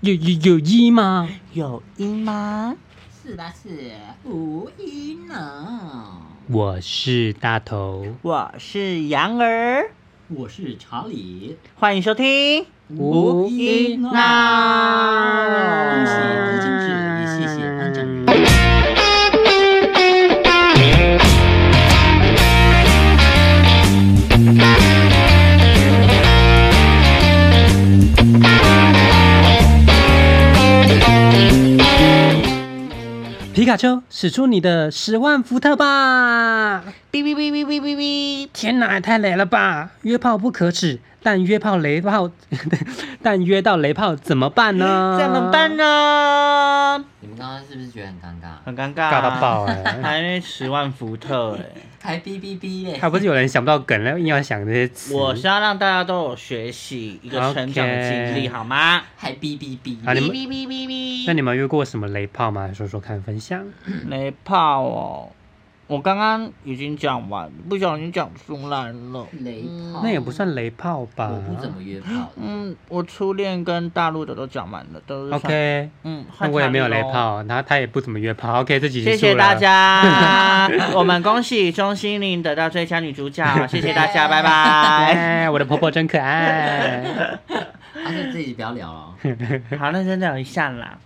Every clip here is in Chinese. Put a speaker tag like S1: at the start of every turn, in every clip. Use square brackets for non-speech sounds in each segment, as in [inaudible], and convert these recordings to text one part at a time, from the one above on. S1: 有有有一吗？
S2: 有音吗？
S3: 是吧？是无音呢。
S1: 我是大头，
S2: 我是羊儿，
S3: 我是查理，
S2: 欢迎收听。
S1: 无
S2: 音
S3: 恭喜
S2: 啊
S3: 一静止，也谢谢安长宇。
S1: 皮卡丘，使出你的十万伏特吧！
S2: 哔哔哔哔哔哔哔。
S1: 天哪，也太雷了吧！约炮不可耻，但约炮雷炮， [laughs] 但约到雷炮怎么办呢？
S2: 怎么办？呢？
S3: 你们刚刚是不是觉得很尴尬？
S2: 很尴尬、啊
S1: 尬到爆哎、
S2: 还没十万伏特哎、
S3: [laughs] 还哔哔哔嘞！
S1: 还啊不是有人想不到梗，然后硬要想这些词。
S2: 我是要让大家都有学习一个成长的经历
S1: OK
S2: 好吗？
S3: 还哔哔
S1: 啊
S3: 哔
S1: 你们
S2: 哔哔哔哔
S1: 那你们约过什么雷炮吗？说说看，分享。
S2: 没泡哦，我刚刚已经讲完，不小心讲出来了。
S3: 雷炮，
S1: 那也不算雷炮吧？
S3: 我不怎么约炮的。
S2: 嗯，我初恋跟大陆的都讲完了，都是算
S1: OK，
S2: 嗯，
S1: 那
S2: 换
S1: 我也没有
S2: 查理
S1: 雷
S2: 咯。
S1: 炮，然后他也不怎么约炮。OK，这集结
S2: 谢
S1: 束
S2: 谢大
S1: 了。
S2: 家， [laughs] 我们恭喜钟欣凌得到最佳女
S1: [laughs]
S2: 主角，谢谢大家，拜拜。
S1: 哎，我的婆婆真可爱。
S3: 而啊且自己不要
S2: [laughs]
S3: 聊了。
S2: 好，认真聊一下啦。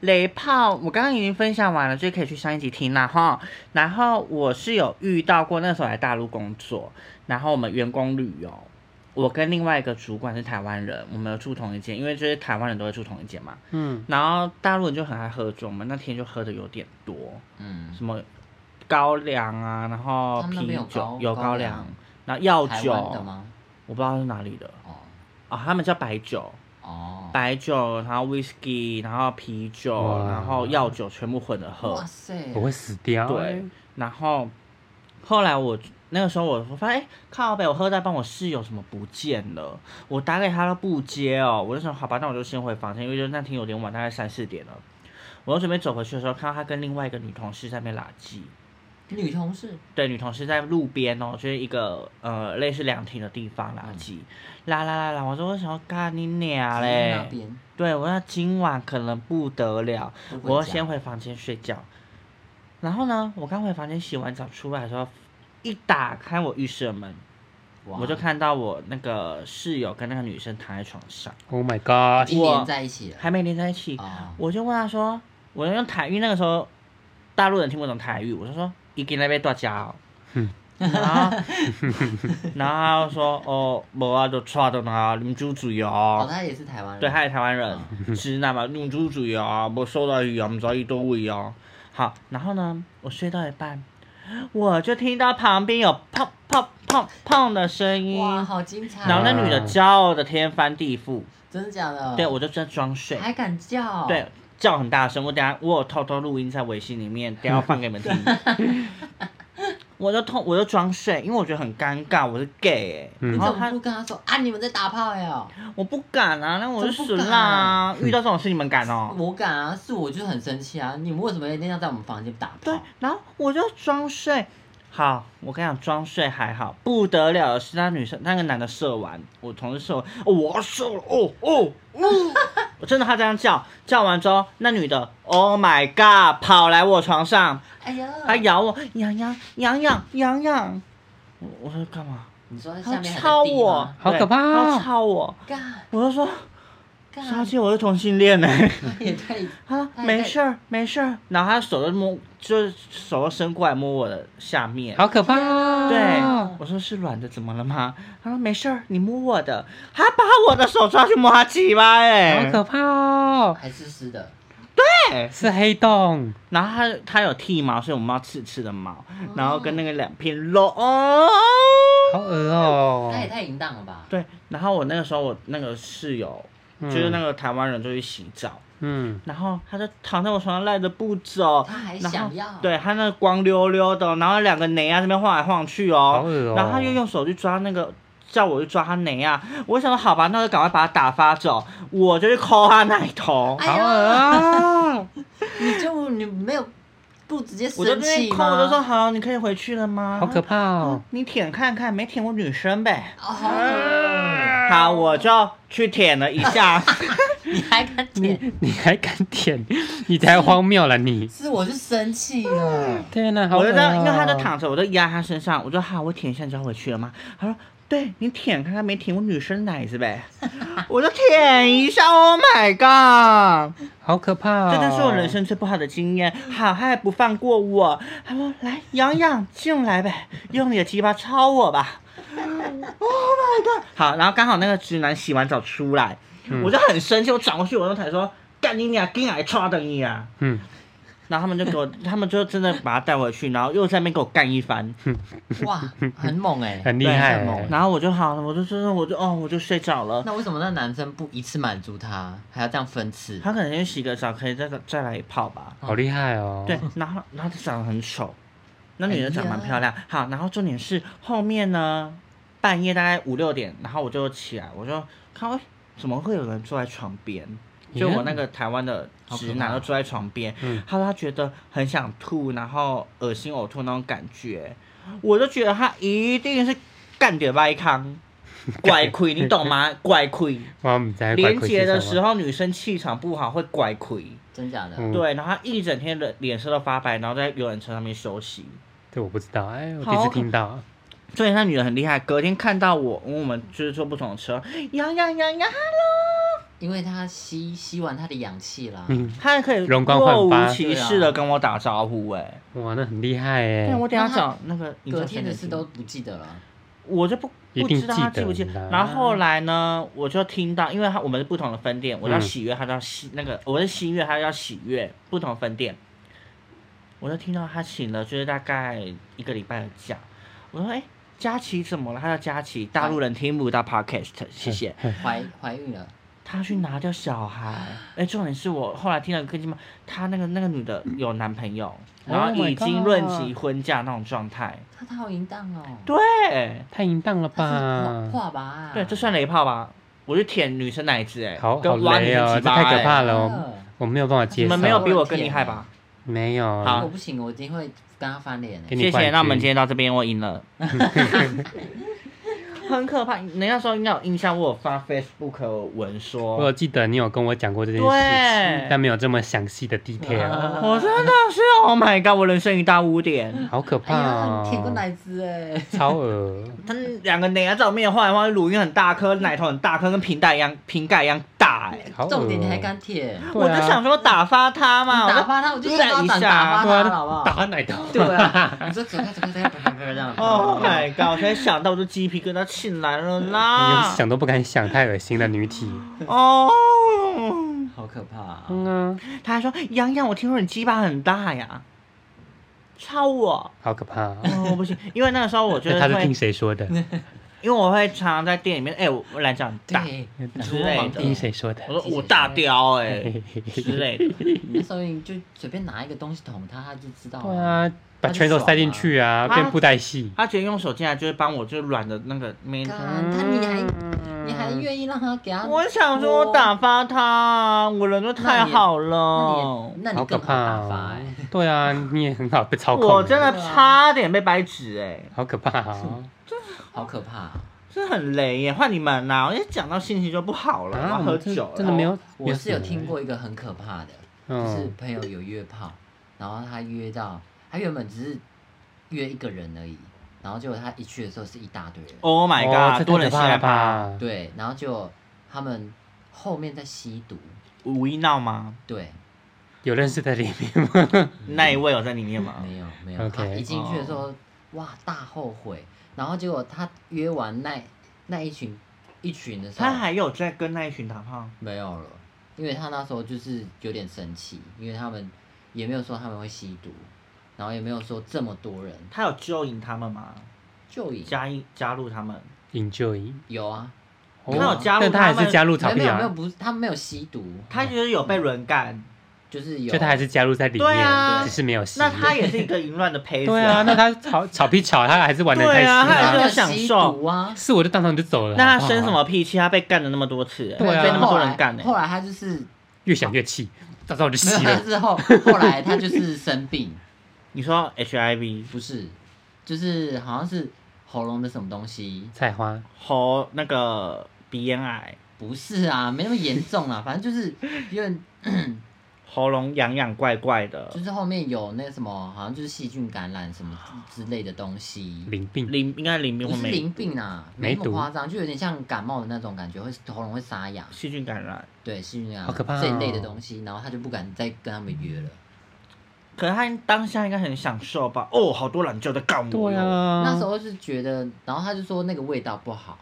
S2: 雷炮，我刚刚已经分享完了，就可以去上一集听啦哈。然后我是有遇到过，那时候来大陆工作，然后我们员工旅游，我跟另外一个主管是台湾人，我们有住同一间，因为就是台湾人都会住同一间嘛。
S1: 嗯，
S2: 然后大陆人就很爱喝酒嘛，那天就喝的有点多，
S3: 嗯，
S2: 什么高粱啊，然后
S3: 他们那
S2: 啤
S3: 边有
S2: 酒
S3: 高
S2: 有
S3: 高
S2: 高
S3: 粱
S2: 粱，然后药
S3: 台
S2: 酒，
S3: 湾的
S2: 我
S3: 吗？
S2: 不知道是哪里的
S3: 哦
S2: 啊、他们叫白酒。
S3: 哦，
S2: 白酒，然后 whisky，然后啤酒，
S1: 哇
S2: 然后药酒全部混着喝
S3: 哇。塞，
S1: 我会死掉。
S2: 对，然后后来我那个时候我发现，哎、靠北，我喝到一半，我室友怎么不见了？我打给他都不接哦。我就想，好吧，那我就先回房间，因为就那天有点晚，大概三四点了。我又准备走回去的时候，看到他跟另外一个女同事在那边拉鸡。
S3: 女同事
S2: 对，女同事在路边哦，就是一个呃类似凉亭的地方拉鸡，拉拉拉拉。我说我想要干你
S3: 在
S2: 俩
S3: 那
S2: 嘞。
S3: 边，
S2: 对，我要今晚可能不得了，
S3: 不回
S2: 我要
S3: 家
S2: 先回房间睡觉。然后呢，我刚回房间洗完澡出来的时候，一打开我浴室的门，
S3: 哇
S2: 我就看到我那个室友跟那个女生躺在床上，
S1: Oh my god！
S3: 已经连
S2: 我
S3: 在一起了
S2: 还没连在一起。
S3: 啊。
S2: 我就问他说，我用台语，那个时候大陆人听不懂台语，我就说已经那边到家哦。然后， [laughs] 然后他就说：“哦，无啊，就错到哪，你们住嘴哦。
S3: 哦，他也是台湾人，
S2: 对，他 [laughs] 是台湾人，直男嘛，用猪嘴啊，无受到语啊，唔知伊多位啊。好，然后呢，我睡到一半，我就听到旁边有砰砰砰砰的声音，
S3: 哇，好精彩！啊
S2: 然后那女的骄傲的天翻地覆，
S3: 真的假的？
S2: 对我就在装睡，
S3: 还敢叫？
S2: 对，叫很大声，我等下我有偷偷录音在微信里面，等下放给你们听。
S3: [laughs]
S2: 我就偷，我就装睡，因为我觉得很尴尬，我是 gay 哎、
S1: 嗯
S3: 你
S2: 然后
S3: 怎么
S2: 他哦
S3: 不跟他说啊？你们在打炮呀？
S2: 我不敢啊，那我就
S3: 怎么不
S2: 死啦、啊，遇到这种事你们敢哦、
S3: 我敢啊，是我就是很生气啊！你们为什么一定要在我们房间打
S2: 对
S3: 炮？，
S2: 然后我就装睡。好，我跟你讲，装睡还好，不得了的是那女生那个男的射完，我同事射完，哦、我要射了，哦哦 [laughs] 哦，我真的他这样叫，叫完之后，那女的，Oh my god，跑来我床上，
S3: 哎呀，
S2: 还咬我，痒痒痒痒痒痒，我我说干嘛？
S3: 你说
S2: 他
S3: 下面还
S2: 敲
S3: 在滴
S2: 我
S3: 吗，
S1: 好
S2: 对
S1: 可怕哦
S2: 他敲我，
S3: 干
S2: 我就说，小
S3: 干，
S2: 姐，我是同性恋欸呢、
S3: 也太
S2: 啊，
S1: 嗯
S3: 他还
S2: 没
S3: 在
S2: 事儿，没事儿。然后他手就摸，就是手就伸过来摸我的下面。
S1: 好可怕哦！
S2: 对，我说是软的，怎么了吗？他说没事儿，你摸我的，还把我的手抓去摸他鸡巴
S1: 好
S2: 哎。
S1: 可怕哦！
S3: 还湿湿的，
S1: 是黑洞，
S2: 然后他他有剃毛，所以我们要刺刺的毛，
S1: 哦
S2: 然后跟那个两片肉。哦
S1: 好恶
S3: 他也
S1: 哦！
S3: 太淫荡了吧？
S2: 对，然后我那个时候我那个室友就是那个台湾人就去洗澡，
S1: 嗯，
S2: 然后他就躺在我床上赖着不走，
S3: 他还
S2: 然后
S3: 想要，，
S2: 对他那光溜溜的，然后两个奶啊这边晃来晃去
S1: 好
S2: 哦，
S1: 恶哦！
S2: 然后他又用手去抓那个，叫我去抓他奶啊，我想说好吧，那就赶快把他打发走，我就去抠他奶头，
S3: 哎
S1: 好恶
S3: 呀，
S2: 啊
S3: [laughs]
S1: 哦！
S3: 你就你没有不直接
S2: 我就
S3: 生
S2: 那边
S3: 气
S2: 抠，我就说
S3: 吗？
S2: 好，你可以回去了吗？
S1: 好可怕哦！
S2: 你舔看看，没舔过女生呗。啊
S3: 哦，好恶
S2: 嗯
S3: [laughs]
S2: 好，我就去舔了一下，
S3: 你还敢
S2: [laughs]
S3: 点？
S1: 你你还敢点？你才荒谬了你！
S3: 是我是生气了，
S1: 天哪，好
S2: 我就
S1: 恶
S2: 这样，因为
S1: 哦
S2: 他就躺着，我就压他身上，我就好，我舔一下你就要回去了吗？他说，对你舔，看他没舔过女生奶是呗？我就舔一下，Oh my god！
S1: 好可怕哦！
S2: 这就是我人生最不好的经验。好汉不放过我，他说来洋洋进来呗，用你的鸡巴抄我吧。oh my god！好，然后刚好那个直男洗完澡出来，
S1: 嗯
S2: 我就很生气，我转过去我就才说干你俩，进来抓的你啊！
S1: 嗯，
S2: 然后他们就给我，他们就真的把他带回去，然后又在那边给我干一番，
S3: 哇，很
S2: [laughs]
S3: 猛哎、
S1: 很厉害
S3: 对
S1: 欸
S3: 很猛。
S2: 然后我就好了，我就真的我就哦我就睡着了。
S3: 那为什么那男生不一次满足他，还要这样分次？
S2: 他可能先洗个澡，可以再再来一泡吧。
S1: 好厉害哦！
S2: 对，，然后然后他长得很丑，那女的长得蛮
S3: 哎呀
S2: 漂亮。好，然后重点是后面呢，半夜大概五六点，然后我就起来，我就看，哎，怎么会有人坐在床边？就我那个台湾的
S3: 好
S2: 直
S3: 可
S2: 男
S3: 怕哦
S2: 都坐在床边，
S1: 嗯
S2: 他说他觉得很想吐，然后恶心呕吐那种感觉，我就觉得他一定是干点歪
S3: [laughs]
S2: 康，拐亏，你懂吗？拐亏，
S1: 我们在
S2: 连接的时
S1: 候，
S2: 候女生气场不好会拐亏。
S3: 真假的？
S1: 嗯
S2: 对，然后他一整天的脸色都发白，然后在游览车上面休息。
S1: 这我不知道，哎，我第一次
S2: 好
S1: 听到。
S2: 重点是那女的很厉害，隔天看到我，因为我们就是坐不同的车，呀呀呀呀，
S3: 因为他吸吸完他的氧气啦。
S1: 嗯，
S2: 她还可以
S1: 容光焕
S2: 若无
S1: 发
S2: 其事的跟我打招呼、哎、
S1: 哇，那很厉害哎
S2: 对，！我等一下
S3: 那她
S2: 找那个营造
S3: 隔天的
S2: 声
S3: 事
S2: 音
S3: 都不记得了，
S2: 我就不
S1: 一
S2: 不
S1: 定
S2: 知道他
S1: 记
S2: 记不记
S1: 得啦
S2: 然后后来呢，我就听到，因为他我们是不同的分店，我叫
S1: 嗯
S2: 喜悦，他叫喜那个，我是新月，他叫喜悦，不同分店。我就听到他请了，就是大概一个礼拜的假。我说，哎、佳琪怎么了？他叫佳琪，大陆人听不到 podcast，谢
S1: 嗯
S2: 谢。
S3: 怀怀孕了，
S2: 他去拿掉小孩，
S1: 嗯
S2: 哎、重点是我后来听了更鸡巴，他那个那个女的有男朋友，然
S1: Oh
S2: 后
S1: my
S2: 已经论
S1: God
S2: 及婚嫁那种状态。
S3: 他他好淫荡哦。
S2: 对，
S1: 太淫荡了
S3: 他是
S1: 吧
S3: 画？画吧啊？
S2: 对，这算雷炮吧？我去舔女生奶子、哎，
S1: 好好
S2: 跟挖女
S1: 雷
S2: 生
S1: 哦，
S2: 鸡
S1: 这
S2: 巴、
S1: 太可怕
S2: 哎
S1: 了哦，
S3: 呃
S1: 我没有办法接
S2: 你
S1: 受。
S2: 们没有比我更厉害吧？
S1: 没有。
S2: 好
S3: 我不行，我一定会跟他翻脸
S1: 啊给
S3: 欸
S1: 你
S2: 谢
S1: 冠
S2: 谢，
S1: 军
S2: 那我们今天到这边，我赢
S1: [laughs]
S2: 了。很可怕，你那时候应该有印象，我有发 Facebook 文
S1: 我
S2: 说
S1: 有，记得你有跟我讲过这件事情
S2: 对，
S1: 但没有这么详细的 detail，
S3: 啊
S2: 我真的是 Oh my God，我人生一大污点。
S1: 好可
S3: 哎
S1: 怕
S3: 呀，你舔过
S1: 哦，
S3: 奶子哎，
S1: 超
S3: [laughs]
S1: 恶。
S2: 他们两个奶在我面前晃来晃去，乳晕很大颗，奶头很大颗，跟瓶盖一样，瓶盖一样大哎、
S1: 好恶
S3: 重点你还敢舔？
S1: 对啊
S2: 我就想说打发他嘛，
S3: 你打
S2: 我
S3: 发他，我就
S2: 对
S3: 一
S2: 啊
S3: 巴掌
S2: 一下
S3: 打发
S1: 对
S3: 他
S1: 啊
S3: 了，好不好？
S1: 打奶头，
S3: 对啊，
S1: [laughs]
S3: 你说走开走开走开，啪啪啪这样。
S2: 就 Oh my God，我才想到我就鸡皮疙瘩起来了啦。
S1: 想都不敢想，太恶心了，女体。
S2: 哦，
S3: 好可怕啊！
S1: 嗯啊，
S2: 他还说：“洋洋，我听说你鸡巴很大呀，超我。
S1: 好可怕哦。
S2: 哦，我不行，因为那个时候我觉
S1: 那 [laughs]
S2: 得
S1: 他是
S2: 会
S1: 听，谁说
S3: [laughs]
S1: 的？
S2: 因为我会常常在店里面，哎、我我来讲大，
S3: 对，你
S2: 之
S3: 说
S2: 类
S3: 谎
S2: 的
S1: 听
S3: 点
S1: 谁说的？
S2: 我说我大雕哎、
S1: [laughs]
S2: 之类的，
S3: 那时候你就随便拿一个东西捅他，他就知道了。
S1: 对啊，把拳头塞进去啊，
S2: 他
S1: 变布袋戏。
S2: 他直接用手进来就是帮我就软的那个面。
S3: 干，啊他你还你还
S1: 嗯
S3: 愿意让他给他？
S2: 我想说我打发他，我人都太好了哦
S3: 那。你那
S1: 好
S3: 你
S1: 可
S3: 更好
S1: 怕
S3: 打发
S1: 哦
S3: 哎。！
S1: 对啊，你也很好被操控。
S2: 我真的差点被掰直哎、
S1: 好可怕啊！
S3: 好可怕！
S2: 这很雷耶！换你们啦，我一讲到心情就不好了，我
S1: 啊，
S2: 要
S1: 我
S2: 喝
S1: 们真
S2: 酒了。
S1: 真的没有，
S3: 我是有听
S1: 过，
S3: 过一个很可怕的，就是
S1: 嗯，
S3: 朋友有约炮，然后他约到，他原本只是约一个人而已，然后结果他一去的时候是一大堆人，
S1: 哦
S2: Oh my god！、
S1: 这
S2: 多
S1: 太
S2: 人
S1: 可
S2: 心
S1: 怕
S2: 害
S1: 了
S2: 怕，
S1: 吧？
S3: 对，然后就他们后面在吸毒，
S2: 五一闹吗？
S3: 对，
S1: 有认识在里面 [laughs] 吗？
S2: 那一位有在里面
S1: 嗯
S2: 吗？
S3: 没有没有，
S1: 哦 OK
S3: 他一进去的时候，哇，大后悔，然后结果他约完那那一群一群的时候
S2: 他，还有在跟那一群打炮。
S3: 没有了，因为他那时候就是有点生气，因为他们也没有说他们会吸毒，然后也没有说这么多人
S2: 他有揪引他们吗？
S3: 就以
S2: 加一加入他
S1: 嗯
S2: 们，
S1: enjoy。哦
S3: 有啊，
S2: 他有加入
S1: 但他还
S2: 他
S1: 是
S2: 们
S1: 加入
S3: 没
S1: 草
S3: 有没
S1: 地
S3: 有没有
S1: 啊，
S3: 不是他们没有吸毒，
S2: 他就是有被轮干，
S3: 就是有
S1: 就他还是加入在里面，
S2: 对啊
S1: 只是没有吸
S2: 那他也是一个淫乱的胚子。
S1: 对啊，那他草草皮草，他还是玩的开心
S2: 对啊他还
S1: 啊。
S2: 是
S3: 没
S2: 有
S3: 有
S2: 享
S3: 吸
S2: 受
S3: 毒啊。
S1: 是我就当场就走了。
S2: [laughs]
S1: 好
S2: 那他
S1: 不好
S2: 生什？么脾气？他被干了那么多次，哎
S1: 对啊
S2: 被那么
S3: 后
S2: 多
S3: 来
S2: 人干呢。
S3: 后来他就是
S1: 越想越气，早知道我就
S3: 没有
S1: 吸
S3: 他
S1: 了。
S3: 之后，后来他就是生病，
S2: 你说 HIV
S3: 不是，就是好像是喉咙的什么东西，
S1: 菜花
S2: 喉那个鼻咽癌，
S3: 不是啊，没那么严重
S2: [laughs]
S3: 啦，反正就是因为
S2: 喉咙痒痒怪怪的
S3: 就，是后面有那个什么，好像就是细菌感染什么之类的东西，
S1: 淋病。
S2: 淋应该淋病
S3: 不
S2: 或
S3: 是
S2: 没
S3: 淋病啊，没那
S1: 梅
S3: 么
S1: 毒
S3: 夸张，就有点像感冒的那种感觉，会喉咙会沙哑，
S2: 细菌感染，
S3: 对，细菌啊
S1: 好可怕哦
S3: 这一类的东西，然后他就不敢再跟他们约了。
S2: 可是他当下应该很享受吧？哦，好多懒觉在干我，
S1: 对啊，
S3: 那时候是觉得，然后他就说那个味道不好，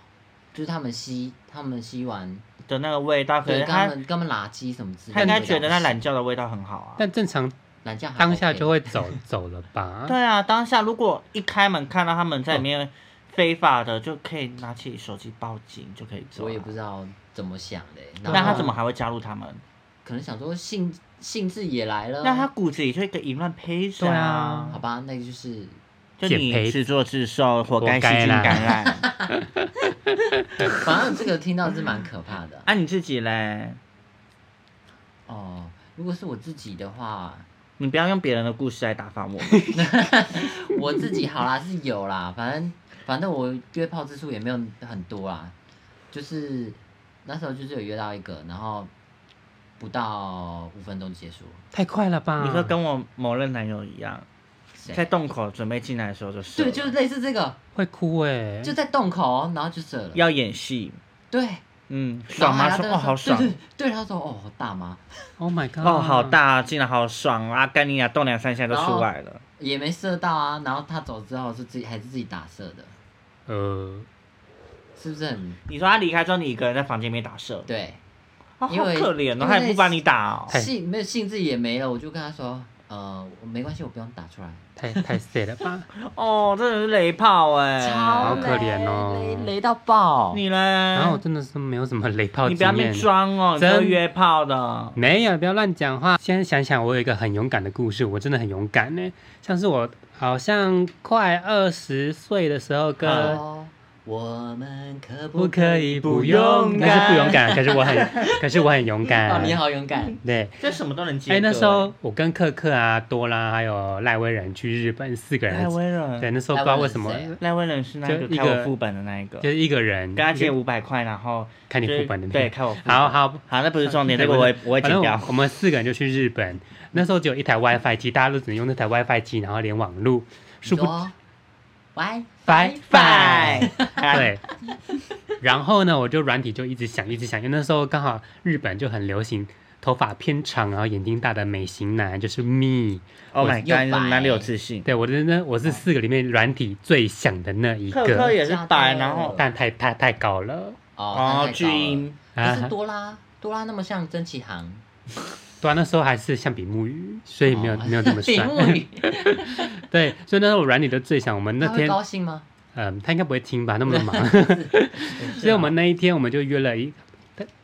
S3: 就是他们吸他们吸完，
S2: 的那个味道，可
S3: 对，
S2: 是
S3: 跟
S2: 他
S3: 他们跟他们垃圾什么之类
S2: 他
S3: 的
S2: 应
S3: 味道
S2: 该
S3: 不行，
S2: 觉得那懒觉的味道很好啊。
S1: 但正常
S3: 懒觉还
S1: 当下
S3: OK
S1: 就会走走了吧？
S2: 对啊，当下如果一开门看到他们在里面非法的，就可以拿起手机报警，就可以走啊。
S3: 我也不知道怎么想的、欸然
S2: 那
S3: 后
S2: 啊他怎么还会加入他们？
S3: 可能想说兴兴致也来了？
S2: 那他骨子里就一个淫乱胚子
S1: 对
S2: 啊
S1: 啊
S3: 好吧，那个就是
S2: 就
S1: 解
S2: 你
S1: 胚
S2: 自作自受，
S3: 啊
S2: 活
S1: 活
S2: 该细
S1: 该
S2: 菌
S1: 啦
S2: 感染。。
S3: 反正这个听到是蛮可怕的
S2: 啊，你自己嘞，
S3: 哦，如果是我自己的话，
S2: 你不要用别人的故事来打发我们。
S3: 嗯 [laughs] 我自己好啦是有啦，反正反正我约炮次数也没有很多啦，就是那时候就是有约到一个，然后不到五分钟结束。
S1: 太快了吧？
S2: 你说跟我某任男友一样，
S3: 谁
S2: 在洞口准备进来的时候就射了，
S3: 对，就是类似这个，
S1: 会哭哎、
S3: 就在洞口，然后就射了。
S2: 要演戏，
S3: 对，
S2: 嗯，哎
S3: 然
S2: 爽
S3: 后
S2: 吗？
S3: 还要
S2: 说
S3: 跟
S2: 哦，
S3: 他
S2: 好爽
S3: 对，对对，他说哦，好大吗？
S1: Oh my god！
S2: 哦，好，大，进来好爽啊！干你俩动两三下就
S3: 然后
S2: 出来了，
S3: 也没射到啊。然后他走之后是自己还是自己打射的，
S1: 呃，
S3: 是不是很
S2: 你说他离开之后，你一个人在房间里面打射，
S3: 对？
S2: 哦好
S3: 因为
S2: 可怜
S3: 因
S2: 哦，
S3: 为
S2: 他也不帮你打哦。
S1: 太
S3: 兴没有兴致也没了，我就跟他说，呃，我没关系，我不用打出来。
S1: 太太 sad 了吧？
S2: 哦，真的是雷炮哎，
S1: 好可怜哦
S3: 雷雷雷到爆！
S2: 你嘞，
S1: 然后我真的是没有什么雷炮
S2: 你
S1: 经
S2: 不要被
S1: 验。
S2: 装哦，你
S1: 真
S2: 都约炮的，
S1: 没有，不要乱讲话。现在想想，我有一个很勇敢的故事，我真的很勇敢呢、欸像是我好像快二十岁的时候跟、
S3: 哦，我们可
S1: 不可以
S2: 不
S1: 不
S2: 勇
S1: 勇敢，
S2: 敢
S1: 但是不勇敢，可是我很，可是我很勇
S3: [laughs] 哦
S1: 敢。，
S3: 你好勇敢！
S1: 对，
S2: 这什么都能接
S1: 哎、
S2: 得。
S1: 那时候我跟克克啊、多拉还有赖威人去日本，四
S3: 欸
S1: 个人。
S2: 赖威人，
S1: 对，那时候不知道为什么，
S3: 赖威人是
S2: 赖威
S1: 就
S2: 人是那个
S1: 一
S2: 开
S1: 个
S2: 我副本的那一个，
S1: 就是一个人
S2: 跟他借
S1: 一个
S2: 五百块，然后
S1: 看你
S2: 就是
S1: 副本的那
S2: 对，
S1: 个。
S2: 看我副本
S1: 好，好，
S2: 好，那不是重
S1: [laughs]
S2: 点，
S1: 对
S2: 这个我会我会
S1: 反
S2: 剪
S1: 正
S2: 掉
S1: 我。 [laughs] 我们四个人就去日本，那时候只有一台 WiFi 机，大家都只能用那台 WiFi 机，然后连网路。
S3: 你
S1: 殊不
S3: 说，喂，
S1: 拜拜。
S2: 拜，
S1: 对，然后呢，我就软体就一直想，一直想，因为那时候刚好日本就很流行头发偏长，然后眼睛大的美型男，就是 me。
S2: ，Oh my
S3: 又
S2: god，
S3: 白
S2: 你哪里有自信？
S1: 对我真的我是四个里面软体最想的那一
S2: 克克
S1: 个，
S2: 也是白，然后
S1: 但太太太高了
S3: 哦，
S2: 哦
S3: 那，太
S2: 巨
S3: 高了
S2: 婴，
S3: 可是
S1: 啊！
S3: 多拉，多拉那么像曾启航，
S1: 对啊，那时候还是像比目鱼，所以没有、
S3: 哦
S1: 没有这
S3: [laughs]
S1: 么
S3: 比
S1: 帅。
S3: 目鱼，
S1: [laughs] 对，所以那时候我软体都最想。我们 [laughs] 那
S3: 他会
S1: 天，
S3: 高兴吗？
S1: 嗯、他应该不会听吧？那么 [laughs] 忙。所
S3: 所
S1: 以我们那一天我们就约了一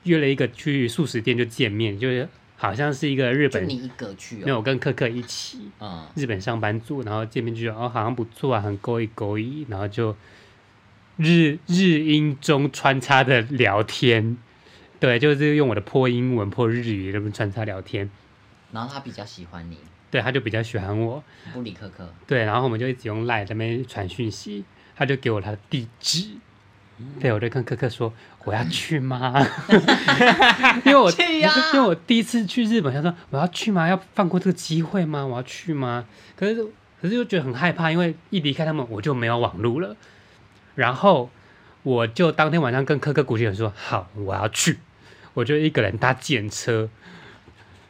S1: 约了一个去素食店就见面，就是好像是一个日
S3: 就
S1: 本
S3: 你一个去
S1: 没
S3: 哦，
S1: 有跟克克一起
S3: 嗯，
S1: 日本上班族，然后见面就觉得哦好像不错啊，很勾一勾一，然后就日日英中穿插的聊天，对，就是用我的破英文、破日语那么穿插聊天，
S3: 然后他比较喜欢你，
S1: 对，他就比较喜欢我，
S3: 布里克克，
S1: 对，然后我们就一直用赖那边传讯息，他就给我他的地址。
S3: 嗯
S1: 对，我就跟克克说我要去
S3: [laughs]
S1: 吗？因为我
S3: 去呀
S1: 因为我第一次去日本，他说我要去吗？要放过这个机会吗？我要去吗？可是可是又觉得很害怕，因为一离开他们我就没有网路了。然后我就当天晚上跟科科鼓起勇说好，我要去，我就一个人搭电车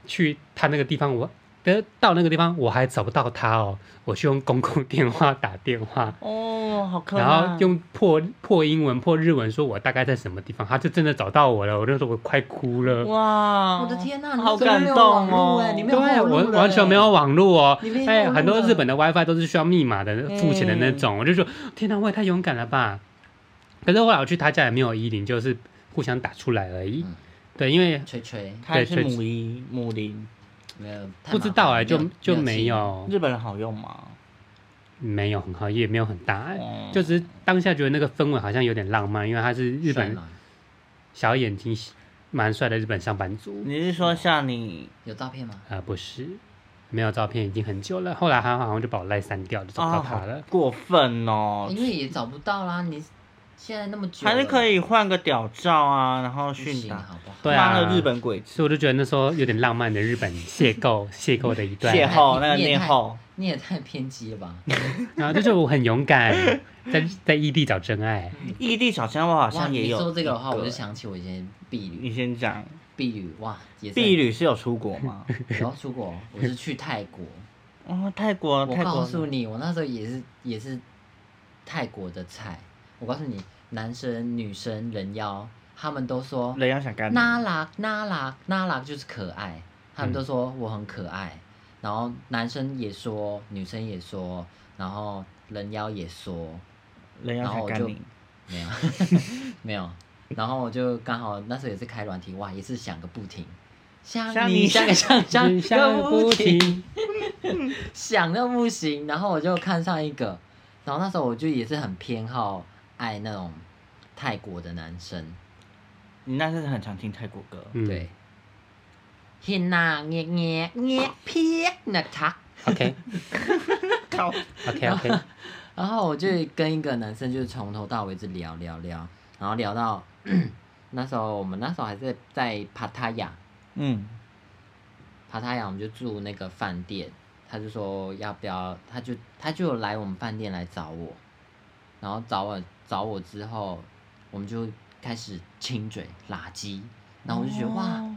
S1: 去他那个地方，我。得到那个地方我还找不到他哦，我去用公共电话打电话，
S2: 哦，好可爱。
S1: 然后用破破英文、破日文说我大概在什么地方，他就真的找到我了。我那时候我快哭了，
S2: 哇，
S3: 我的天呐，你
S2: 好
S3: 真的
S2: 感
S3: 没有网
S2: 动
S3: 路
S2: 哦
S3: 哎，你没
S1: 对
S3: 有网路
S1: 我
S3: 了
S1: 完全没有
S3: 哎，
S1: 网络哦
S3: 你没。有
S1: 哎，
S3: 网
S1: 很
S3: 路
S1: 多日
S3: 了
S1: 本的 WiFi 都是需要密码的、付钱的那
S2: 嗯
S1: 种。我就说，天哪，我也太勇敢了吧！可是后来我去他家也没有依零，就是互相打出来而已。
S3: 嗯
S1: 对，因为
S3: 吹吹，
S2: 它也
S1: 对
S2: 是
S1: 对
S2: 母一母零，
S3: 没有，太麻烦
S1: 不知道哎、
S3: 没有
S1: 就就没
S3: 没有
S1: 有
S2: 日本人好用吗？
S1: 没有很好，也没有很大、哎
S3: 哦
S2: 嗯
S1: 就只是当下觉得那个氛围好像有点浪漫，因为他是
S3: 劲
S1: 日本
S3: 帅吗
S1: 小眼睛蛮帅的日本上班族。
S3: 嗯
S2: 你是说像你
S3: 有照片吗？
S1: 啊、不是，没有照片已经很久了。后来
S3: 哦
S1: 他好像就把我赖删掉，就找不
S2: 啊，
S1: 到
S2: 好
S1: 他了。
S3: 哎
S2: 过分哦
S3: 因！为也找不到啦，你现在那么久了，
S2: 还是可以换个屌照啊，然后
S3: 不
S2: 训
S3: 行，
S2: 打。
S3: 好不好？
S1: 对
S2: 妈
S1: 啊
S2: 的日本鬼子
S1: 所以我就觉得那时候有点浪漫的日本邂逅邂逅的一
S3: [laughs]
S1: 段，
S2: 邂逅那个
S3: 哎你也
S2: 邂
S3: 太
S2: 逅，
S3: 你也太偏激了吧？
S1: 然后就是我很勇敢，在在异地找真爱，
S2: 异地小鲜我 [laughs] 好
S3: 哇，
S2: 像也
S3: 你
S2: 有。
S3: 说这个的话，我就，想起我以前婢女，
S2: 你先讲。
S3: 婢女哇，也是
S2: 婢女是有出国
S3: [laughs]
S2: 吗？
S3: 我要出国，我是去泰国。
S2: 哦，泰国，
S3: 我
S2: 泰
S3: 告
S2: 国
S3: 诉你，我那时候也是也是泰国的菜。我告诉你，男生女生人妖，他们都说
S2: 人要想干你
S3: 那拉那拉那拉就是可爱，他们都说我很可爱。然后男生也说，女生也说，然后人妖也说，
S2: 人要
S3: 然后
S2: 想
S3: 我
S2: 干
S3: 就
S2: 你。
S3: 没有 [laughs] 没有。然后我就刚好那时候也是开软体，哇，也是想个不停，
S2: 想
S3: 想
S2: 你
S3: 你想个想想
S1: 想
S3: 个不 [laughs]
S1: 不
S3: 停。
S1: 停，
S3: 想到不行，然后我就看上一个，然后那时候我就也是很偏好爱那种泰国的男生，
S2: 你那是很常听泰国歌，
S1: 嗯
S3: 对，天呐，捏捏捏撇那他，
S1: ，OK
S2: 靠，
S1: OK OK，
S3: [laughs] 然后我就跟一个男生就是从头到尾一直聊聊聊，然后聊到 [clears throat] 那时候我们那时候还是在帕塔亚，
S2: 嗯，
S3: 帕塔亚我们就住那个饭店，他就说要不要，他就他就有来我们饭店来找我，然后找我找我之后，我们就开始亲嘴拉鸡，然后我就觉得、哇，
S2: 哦，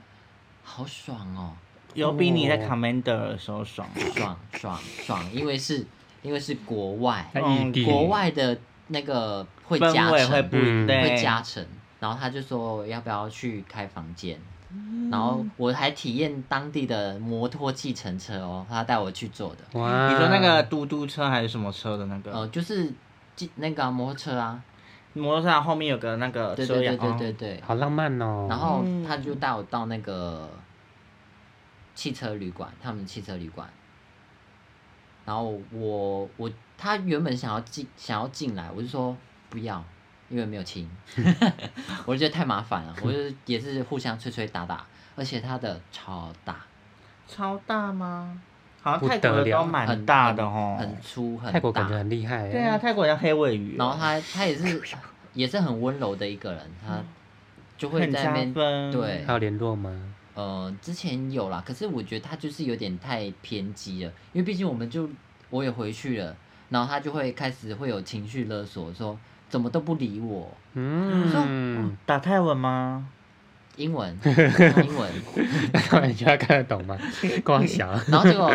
S3: 好爽哦，
S2: 有比你在
S1: 哦
S2: Commander 的时候爽。
S3: 爽爽爽，因为是因为是国外，
S1: 在
S2: 嗯
S1: 异地，
S3: 国外的那个会加
S2: 氛围
S3: 成，
S2: 会不
S1: 嗯
S2: 对，
S3: 会加成，然后他就说要不要去开房间，
S2: 嗯
S3: 然后我还体验当地的摩托计程车哦，他带我去坐的。
S1: 哇，
S2: 你说那个嘟嘟车还是什么车的那
S1: 啊
S2: 个？
S3: 呃，就是机那个啊、摩托车啊，
S2: 摩托车后面有个那个
S3: 对
S2: 遮
S3: 对
S2: 阳
S3: 对对对对。
S1: 好浪漫呃哦，
S3: 然后
S2: 嗯
S3: 他就带我到那个汽车旅馆，他们汽车旅馆。然后我我他原本想要进想要进来，我就说不要，因为没有亲， [laughs] 我就觉得太麻烦了。我
S1: [laughs]
S3: 就也是互相吹吹打打，而且他的超大，
S2: 超大吗？好像
S1: 不
S2: 泰国
S1: 得
S2: 的
S1: 了
S2: 都蛮大的哦。
S3: 很粗很大。
S1: 泰国感觉很厉害，欸
S2: 对啊，，泰国叫黑尾鱼，哦
S3: 然后他他也是
S1: 啊
S3: 也是很温柔的一个人，他就
S2: 嗯
S3: 会
S2: 很
S3: 在那
S2: 加
S3: 边
S2: 分。
S3: 对
S1: 还有联络吗？
S3: 呃，之前有啦，可是我觉得他就是有点太偏激了，因为毕竟我们就我也回去了，然后他就会开始会有情绪勒索，说怎么都不理我，
S1: [laughs] 嗯，
S2: 打泰文
S3: [laughs]
S2: 吗？
S3: 英文，英文， [laughs]
S1: 那你觉得看得懂吗？光想，
S3: 然后结果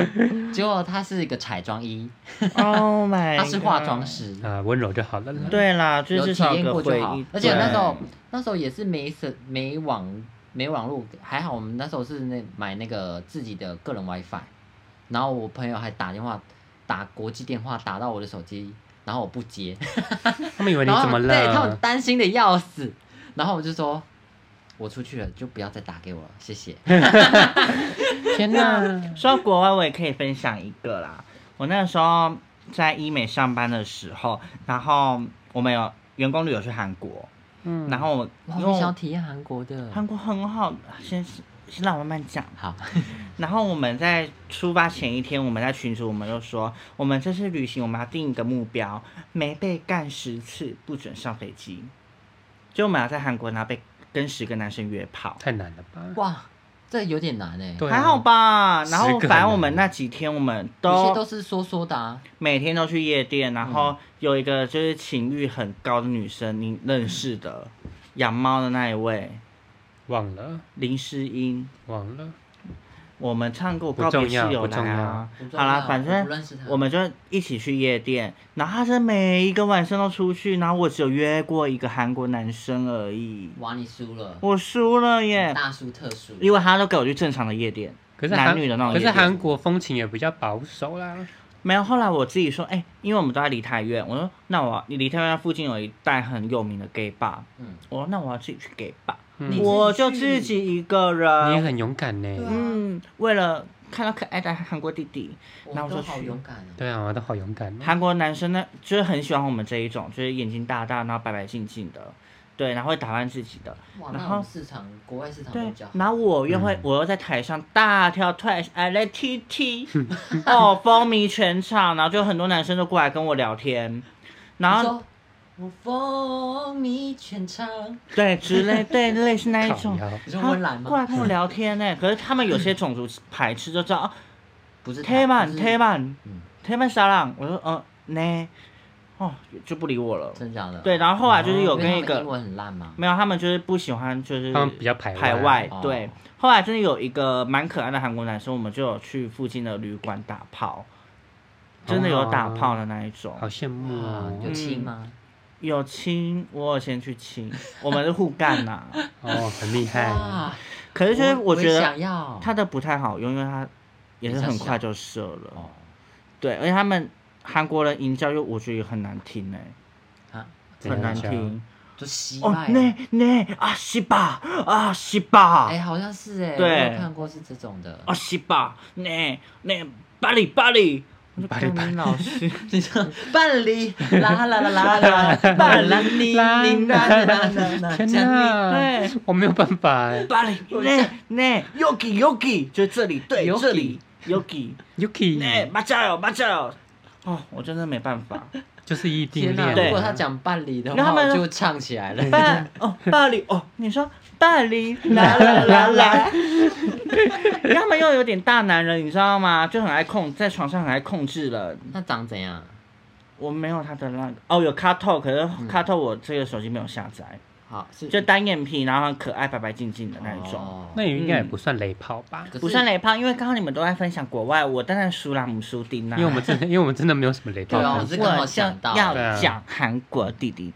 S3: 结果他是一个彩妆医，
S2: Oh my，
S3: 他是
S2: god
S3: 化妆。师，
S1: 啊，温柔就好了啦，
S2: 对啦，就
S3: 有
S2: 是至
S3: 体
S2: 少有
S3: 验
S2: 个
S3: 过
S2: 回
S3: 就好
S2: 忆。。
S3: 而且那时候
S2: 对
S3: 那时候也是没什没网没网络，还好我们那时候是那买那个自己的个人 WiFi，然后我朋友还打电话打国际电话打到我的手机，然后我不接，
S1: 他们以为你
S3: 然后
S1: 怎么
S3: 对他们
S1: 了？
S3: 担心的要死，然后我就说。我出去了，就不要再打给我了，
S2: [laughs]
S3: 谢谢。 [laughs]
S1: 天哪！
S2: 说到国外，我也可以分享一个啦。我那个时候在医美上班的时候，然后我们有员工旅游去韩国，
S1: 嗯
S2: 然后我
S3: 我
S2: 因为
S3: 好
S2: 我
S3: 想体验韩国的，
S2: 韩国很好，先先让我慢慢讲。
S3: 好， [laughs]
S2: 然后我们在出发前一天，我们在群组，我们就说，我们这次旅行我们要定一个目标，没被干十次不准上飞机。就我们要在韩国，然后被跟十个男生约炮，
S1: 太难了吧？
S3: 哇，这有点难哎、
S1: 对啊
S2: 还好吧？然后
S1: 10个
S2: 反正
S1: 男
S2: 我们那几天我们
S3: 有些
S2: 都
S3: 都是说说的啊，
S2: 每天都去夜店，然后
S1: 嗯
S2: 有一个就是情欲很高的女生，你认识的，养猫的那一位
S1: 忘了，
S2: 林诗音，
S1: 忘了，
S2: 我们唱过
S1: 不
S2: 告别
S1: 重要
S2: 室友
S1: 不重
S2: 来啊
S3: 不重，要
S2: 好啦，
S3: 我
S2: 反
S3: 不认识
S2: 正
S3: 他
S2: 我们就一起去夜店，然后他是每一个晚上都出去，然后我只有约过一个韩国男生而已，
S3: 哇，你输了，
S2: 我输了耶，
S3: 大输特输。
S2: 因为他都给我去正常的夜店，
S1: 可是
S2: 男
S1: 韩
S2: 女的那种
S1: 可
S2: 夜
S1: 是
S2: 店，
S1: 韩国风情也比较保守啦。
S2: 没有。后来我自己说，哎、因为我们都在梨泰院，我说那我你梨泰院附近有一带很有名的 gay bar，
S3: 嗯，
S2: 我说那我要自己去 gay bar，、
S1: 嗯
S3: 你
S2: 我就
S3: 去
S2: 自己一个
S1: 你也
S2: 人，
S1: 很勇敢呢。
S2: 嗯，为了看到可爱的韩国弟弟，然后
S3: 都
S2: 我就
S3: 好
S2: 去
S3: 勇敢啊！
S1: 对啊，我都好勇敢哦。
S2: 韩国男生呢，就是很喜欢我们这一种，就是眼睛大大，然后白白净净的，对，然后会打扮自己的，
S3: 哇，
S2: 然
S3: 那
S2: 后
S3: 我们市场国外市场
S2: 对
S3: 比较。好。
S2: 然后我又
S1: 嗯
S2: 会，我又在台上大跳 Twice I Like T T，哦，风靡全场，然后就很多男生都过来跟我聊天，然
S3: 你
S2: 后
S3: 说我风靡全场，
S2: 对之类，对类似那一
S1: 靠
S2: 种。
S1: 腰
S3: 你说
S2: 他
S3: 温岚
S2: 过来
S3: 吗？嗯
S2: 跟我聊天呢、可是他们有些种族排斥，就知道哦
S3: 不是
S2: 贴
S3: 他
S2: 满
S3: 不嗯是
S2: 贴满
S3: 嗯，
S2: 贴满沙朗，我说嗯呢，哦就不理我了。
S3: 真假的？哦
S2: 对，然后后来就是有
S3: 因
S2: 跟一
S3: 为他们
S2: 个
S3: 英文很烂嘛，
S2: 没有，他们就是不喜欢，就是
S1: 他们比较排
S2: 排
S1: 外
S2: 外
S3: 哦。
S2: 对，后来真的有一个蛮可爱的韩国男生，我们就有去附近的旅馆打炮，真的有打炮的那一种。
S1: 好羡
S2: 嗯
S1: 慕
S3: 哇，
S1: 哦
S3: 啊有亲吗？
S2: 有亲，我有先去亲，我们是互干
S3: [laughs]
S2: 呐、
S1: 哦，很厉害。
S3: 哇，
S2: 可是哎就是
S3: 我
S2: 我觉
S3: 也
S2: 得
S3: 想要
S2: 他的不太好用，因为他也是很快就射了。
S3: 哦，
S2: 对，而且他们韩国人淫教又我觉得也很难听哎、
S3: 啊，
S1: 怎
S2: 很
S1: 样
S2: 难
S1: 叫
S2: 听。
S3: 就西
S2: 哦，
S3: 拜。
S2: 那那啊西吧啊西吧。
S3: 哎、好像是哎、
S2: 对
S3: 我有看过是这种的。
S2: 啊西吧，那那巴里巴里，我就
S1: 巴里
S2: 看
S1: 巴里
S2: 你老师，
S3: 你说办理啦啦啦啦啦，
S2: [laughs]
S3: 办理你
S1: 啦
S3: 你啦啦啦啦，
S1: 天
S3: 哪！
S1: 哪
S2: 对，
S1: 我没有办法哎。
S2: 巴里那那 yogi yogi，就这里对
S3: Yogi
S2: 这里 yogi，那
S1: Yuki
S2: 马加油马加油，哦，我真的没办法，
S1: 就是异地
S3: 天哪！
S1: 恋，
S2: 对
S3: 如果他讲办理的
S2: 那他
S3: 话，
S2: 们
S3: 我就唱起来了。
S1: 嗯
S2: 巴哦巴里哦，你说巴里啦啦啦啦，他们又有点大男人，你知道吗？就很爱控，在床上很爱控制人。
S3: 那长怎样？
S2: 我没有他的那个哦，有 cut 可是 cut 我这个手机没有下载，
S3: 好是
S2: 就单眼皮，然后很可爱，白白净净的那一种。
S3: 哦
S1: 那也应该也不算雷炮吧？
S3: 可是
S2: 不算雷炮，因为刚刚你们都在分享国外，我当然输啦，姆输丁啦。
S1: 因为我们真的，因为我们真的没有什么雷炮
S3: 对
S1: 分
S3: 啊我是
S1: 享。
S3: 刚好想到
S2: 我
S1: 对
S2: 要
S1: 啊
S2: 讲韩国弟弟，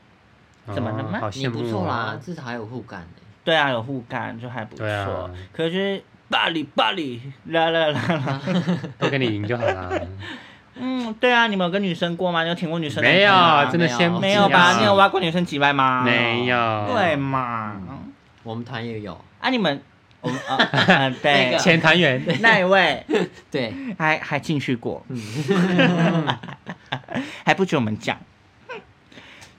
S2: 怎么了吗
S1: 哦好
S3: 你
S1: 羡慕
S3: 不
S1: 哦
S3: 错啦，，至少还有互感呢。
S2: 对啊，有互干就还不错。
S1: 对啊
S2: 可是就是巴黎巴黎啦啦啦啦，
S1: 都给你赢就好啦。
S2: 嗯，对啊，你们有跟女生过吗？你有舔过女生的头吗？啊
S1: 没有，真的
S3: 没有
S1: 先
S2: 没有吧？
S3: 没有
S2: 你有挖过女生几外吗？
S1: 没有，
S2: 对嘛？
S3: 嗯我们团也有，
S2: 啊，你们，我们
S1: [laughs]
S2: 啊，啊对
S3: 那，个
S1: 前团员，
S2: 那一位
S3: 对，
S2: 还还进去过， [laughs] 还不准我们讲。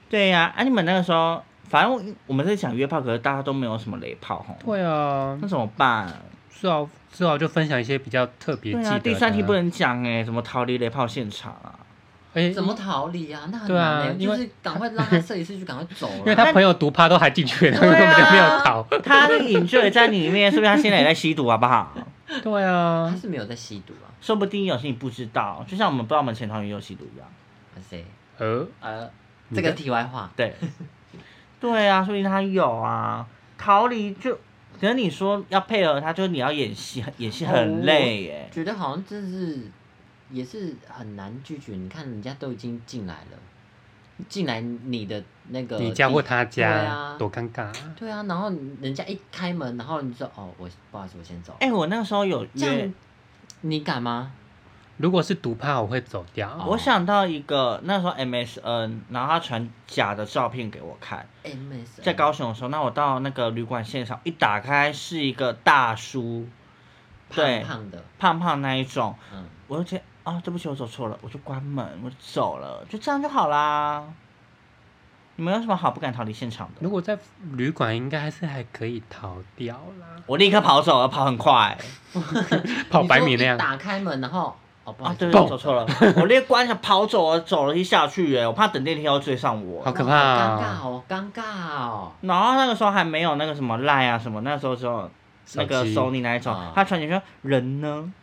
S2: 对呀、啊，你们那个时候，反正我我们是想约炮，可是大家都没有什么雷炮吼，
S1: 对啊
S2: 那，怎么办？
S1: 最好最好就分享一些比较特别
S2: 对
S1: 记
S2: 啊，
S1: 得。嗯
S2: 第三题不，能讲哎、怎么逃离雷炮现场啊？
S1: 哎，
S3: 怎么逃离啊？那很
S1: 对啊
S3: 难呢，
S1: 因
S3: 就
S1: 为
S3: 是赶快让他摄影师就赶快走
S1: 因为
S3: 了。啊
S1: 他朋友毒趴都还进
S2: [laughs]
S1: 去了，他
S2: 对
S1: 们根
S2: 啊
S1: 本就没有逃。
S2: 他的饮醉在里面，是不是他现在也在吸毒，好不好？
S1: 对
S3: 他
S1: 啊，
S3: 是没有在吸毒啊，
S2: 说不定有些你不知道，就像我们不知道我们前同学有吸毒一样。
S3: 哇塞，
S1: 呃，
S3: 呃，这个题外话，
S2: 对， [laughs] 对啊，说不定他有啊。逃离就，可是你说要配合他，就是你要演戏，演戏很累耶。
S3: 觉得好像真是也是很难拒绝。你看人家都已经进来了，进来你的那个
S1: 你家
S3: 地
S1: 或他
S3: 对
S1: 家
S3: 啊，
S1: 多尴尬啊。
S3: 对啊，然后人家一开门，然后你说哦，我不好意思，我先走。
S2: 哎、我那个时候有
S3: 这
S2: 约
S3: 样，你敢吗？
S1: 如果是毒趴，我会走掉。
S3: 哦
S2: 我想到一个那时候 MSN，然后他传假的照片给我看，
S3: MS
S2: 在高雄的时候，那我到那个旅馆现场一打开是一个大叔，对
S3: 胖胖的，
S2: 胖胖那一种，
S3: 嗯，
S2: 我就觉得啊，对不起，我走错了，我就关门，我就走了，就这样就好啦。你们有什么好不敢逃离现场的？
S1: 如果在旅馆，应该还是还可以逃掉啦，
S2: 我立刻跑走了，啊跑
S1: [laughs]
S2: 很快。
S1: 跑百米那
S3: 你说一
S1: 样。
S3: 打开门，然后哦不好
S2: 啊
S3: 意，思
S2: 对，
S1: 蹦
S2: 我走错了，我立刻关着跑走了，走了一下去耶，我怕等电梯要追上我
S1: 好。可怕
S3: 哇
S1: 啊！
S3: 好尴尬哦，尴尬哦，
S2: 然后那个时候还没有那个什么赖啊什么，那时候只有那个
S1: 手机
S2: Sony 那一种
S3: 啊，
S2: 他传简讯说人呢？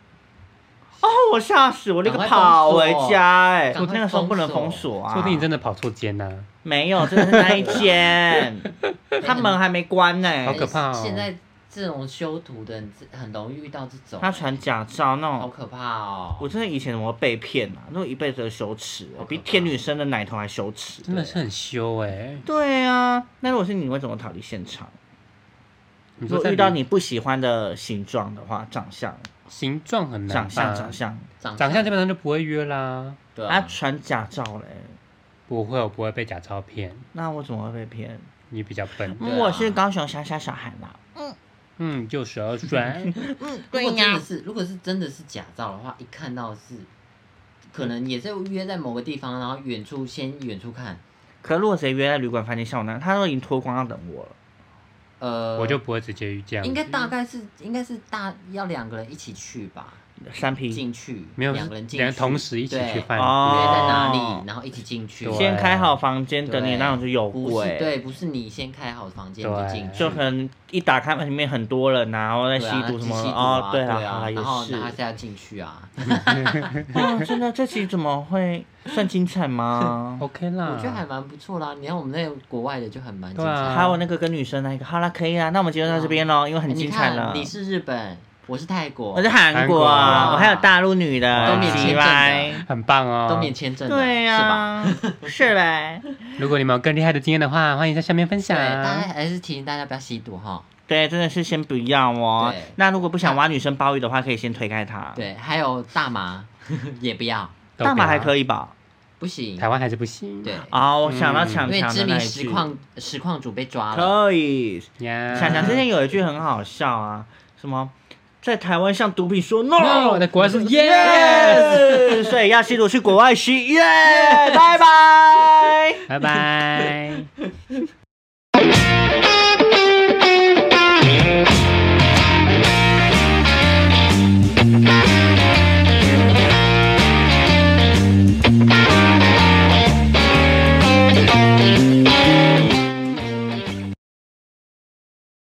S2: 哦，我吓死，我立刻
S3: 赶快
S2: 跑回
S3: 封锁
S2: 家哎，
S3: 赶快
S2: 那个时候不能封
S3: 封
S2: 锁
S3: 锁
S2: 啊，
S1: 说不定你真的跑错间啊呐。
S2: 没有，真的是那一
S1: [laughs]
S2: 间， [laughs] 他门还没关呢、欸
S1: 好可怕哦
S3: 现在这种修图的人很容易遇到这种，
S2: 他传假照那
S3: 好
S2: 种，
S3: 可怕哦。
S2: 我真的以前怎么会被骗啊？那我一辈子的羞耻欸
S3: 好可，怕哦
S2: 比天女生的奶头还羞耻。
S1: 真的是很羞哎、
S2: 对啊，那如果是你会怎么逃离现场？
S1: 你
S2: 如
S1: 说
S2: 果
S1: 在
S2: 遇到
S1: 旅
S2: 你不喜欢的形状的话，长相、
S1: 形状很难吧，
S2: 长相、长相，
S3: 长
S1: 长相基本上就不会约啦。
S3: 对
S2: 他
S3: 啊，
S2: 传假照嘞，
S1: 不会，我不会被假照骗。
S2: 那我怎么会被骗？
S1: 你比较笨，
S3: 对啊
S2: 嗯我是高雄乡下小孩啦。
S1: 嗯，就是
S2: [laughs]
S1: 要帅。
S2: 嗯，
S3: 如果真的是，如果是真的是假照的话，一看到是，可能也是约在某个地方，然后远处先远处看，
S2: 可如果谁约在旅馆饭店下午呢？他都已经脱光要等我了。
S3: 呃，
S1: 我就不会直接这样。
S3: 应该大概是应该是大要两个人一起去吧，
S2: 三 P，
S3: [laughs] 进去，
S1: 嗯没有
S3: 两个人进
S1: 两
S3: 去，
S1: 人同时一起
S3: 对
S1: 去饭
S2: 哦
S1: 店。
S3: 约在哪
S2: 哦
S3: 里，然后一起进去。
S1: 对
S2: 先开好房间等你，
S3: 对
S2: 那种就有
S3: 不是
S2: 鬼。
S3: 对，不是你先开好房间你就
S1: 对？
S3: 进去，
S2: 就可能一打开门里面很多人啊，然后在
S3: 对
S2: 吸
S3: 啊那
S2: 毒什么
S3: 吸
S2: 的
S3: 毒啊
S2: 哦，
S3: 对
S2: 啊，
S3: 啊，
S2: 也
S3: 然后
S2: 是
S3: 那。
S2: [laughs]
S3: 他是要进去啊，
S2: 哦，真的，这期怎么会算精彩吗
S1: OK
S3: [laughs]
S1: 啦，
S3: 我觉得还蛮不错啦。你看我们那个国外的就很蛮
S1: 对
S3: 精
S1: 啊
S3: 彩。
S2: 还有那个跟女生那一个，好啦，可以啊，那我们今天就到这边喽，因为很
S3: 你
S2: 精彩
S3: 看
S2: 了。
S3: 哎你是日本，我是泰国，
S2: 我是韩
S1: 韩
S2: 国
S1: 国
S2: 啊，
S1: 啊
S2: 我还有大陆女的，
S1: 都免签
S2: 奇
S1: 证
S3: 的
S2: 歪
S1: 很棒哦。
S3: 都免签证的，
S2: 对啊
S3: 是吧？
S2: 呀， [laughs] 是呗。
S1: 如果你们有更厉害的经验的话，欢迎在下面分
S3: 对，
S1: 享。
S2: 啊
S3: 大家还是提醒大家不要吸毒哈。
S2: 对，真的是先不要哦
S3: 对。
S2: 那如果不想挖女生包鱼的话，可以先推开她。
S3: 对，还有大麻 [laughs] 也不要，
S1: 都
S2: 大马
S1: 不要
S2: 还可以吧？
S3: 不行。
S1: 台湾还是不行。
S3: 对，
S2: 哦，我想到
S1: 嗯
S2: 强
S3: 因为
S2: 强
S3: 知
S2: 的那
S3: 名
S2: 一
S3: 实
S2: 句，
S3: 况啊实况主被抓了，
S2: 可以。
S1: 呀，
S2: 强强之前有一句很好笑啊，什么在台湾向毒品说
S1: no，
S2: no，
S1: 在国外是 [laughs] yes，
S2: yes，所以要吸毒去国外吸耶，拜
S1: 拜
S2: 拜。
S1: 拜。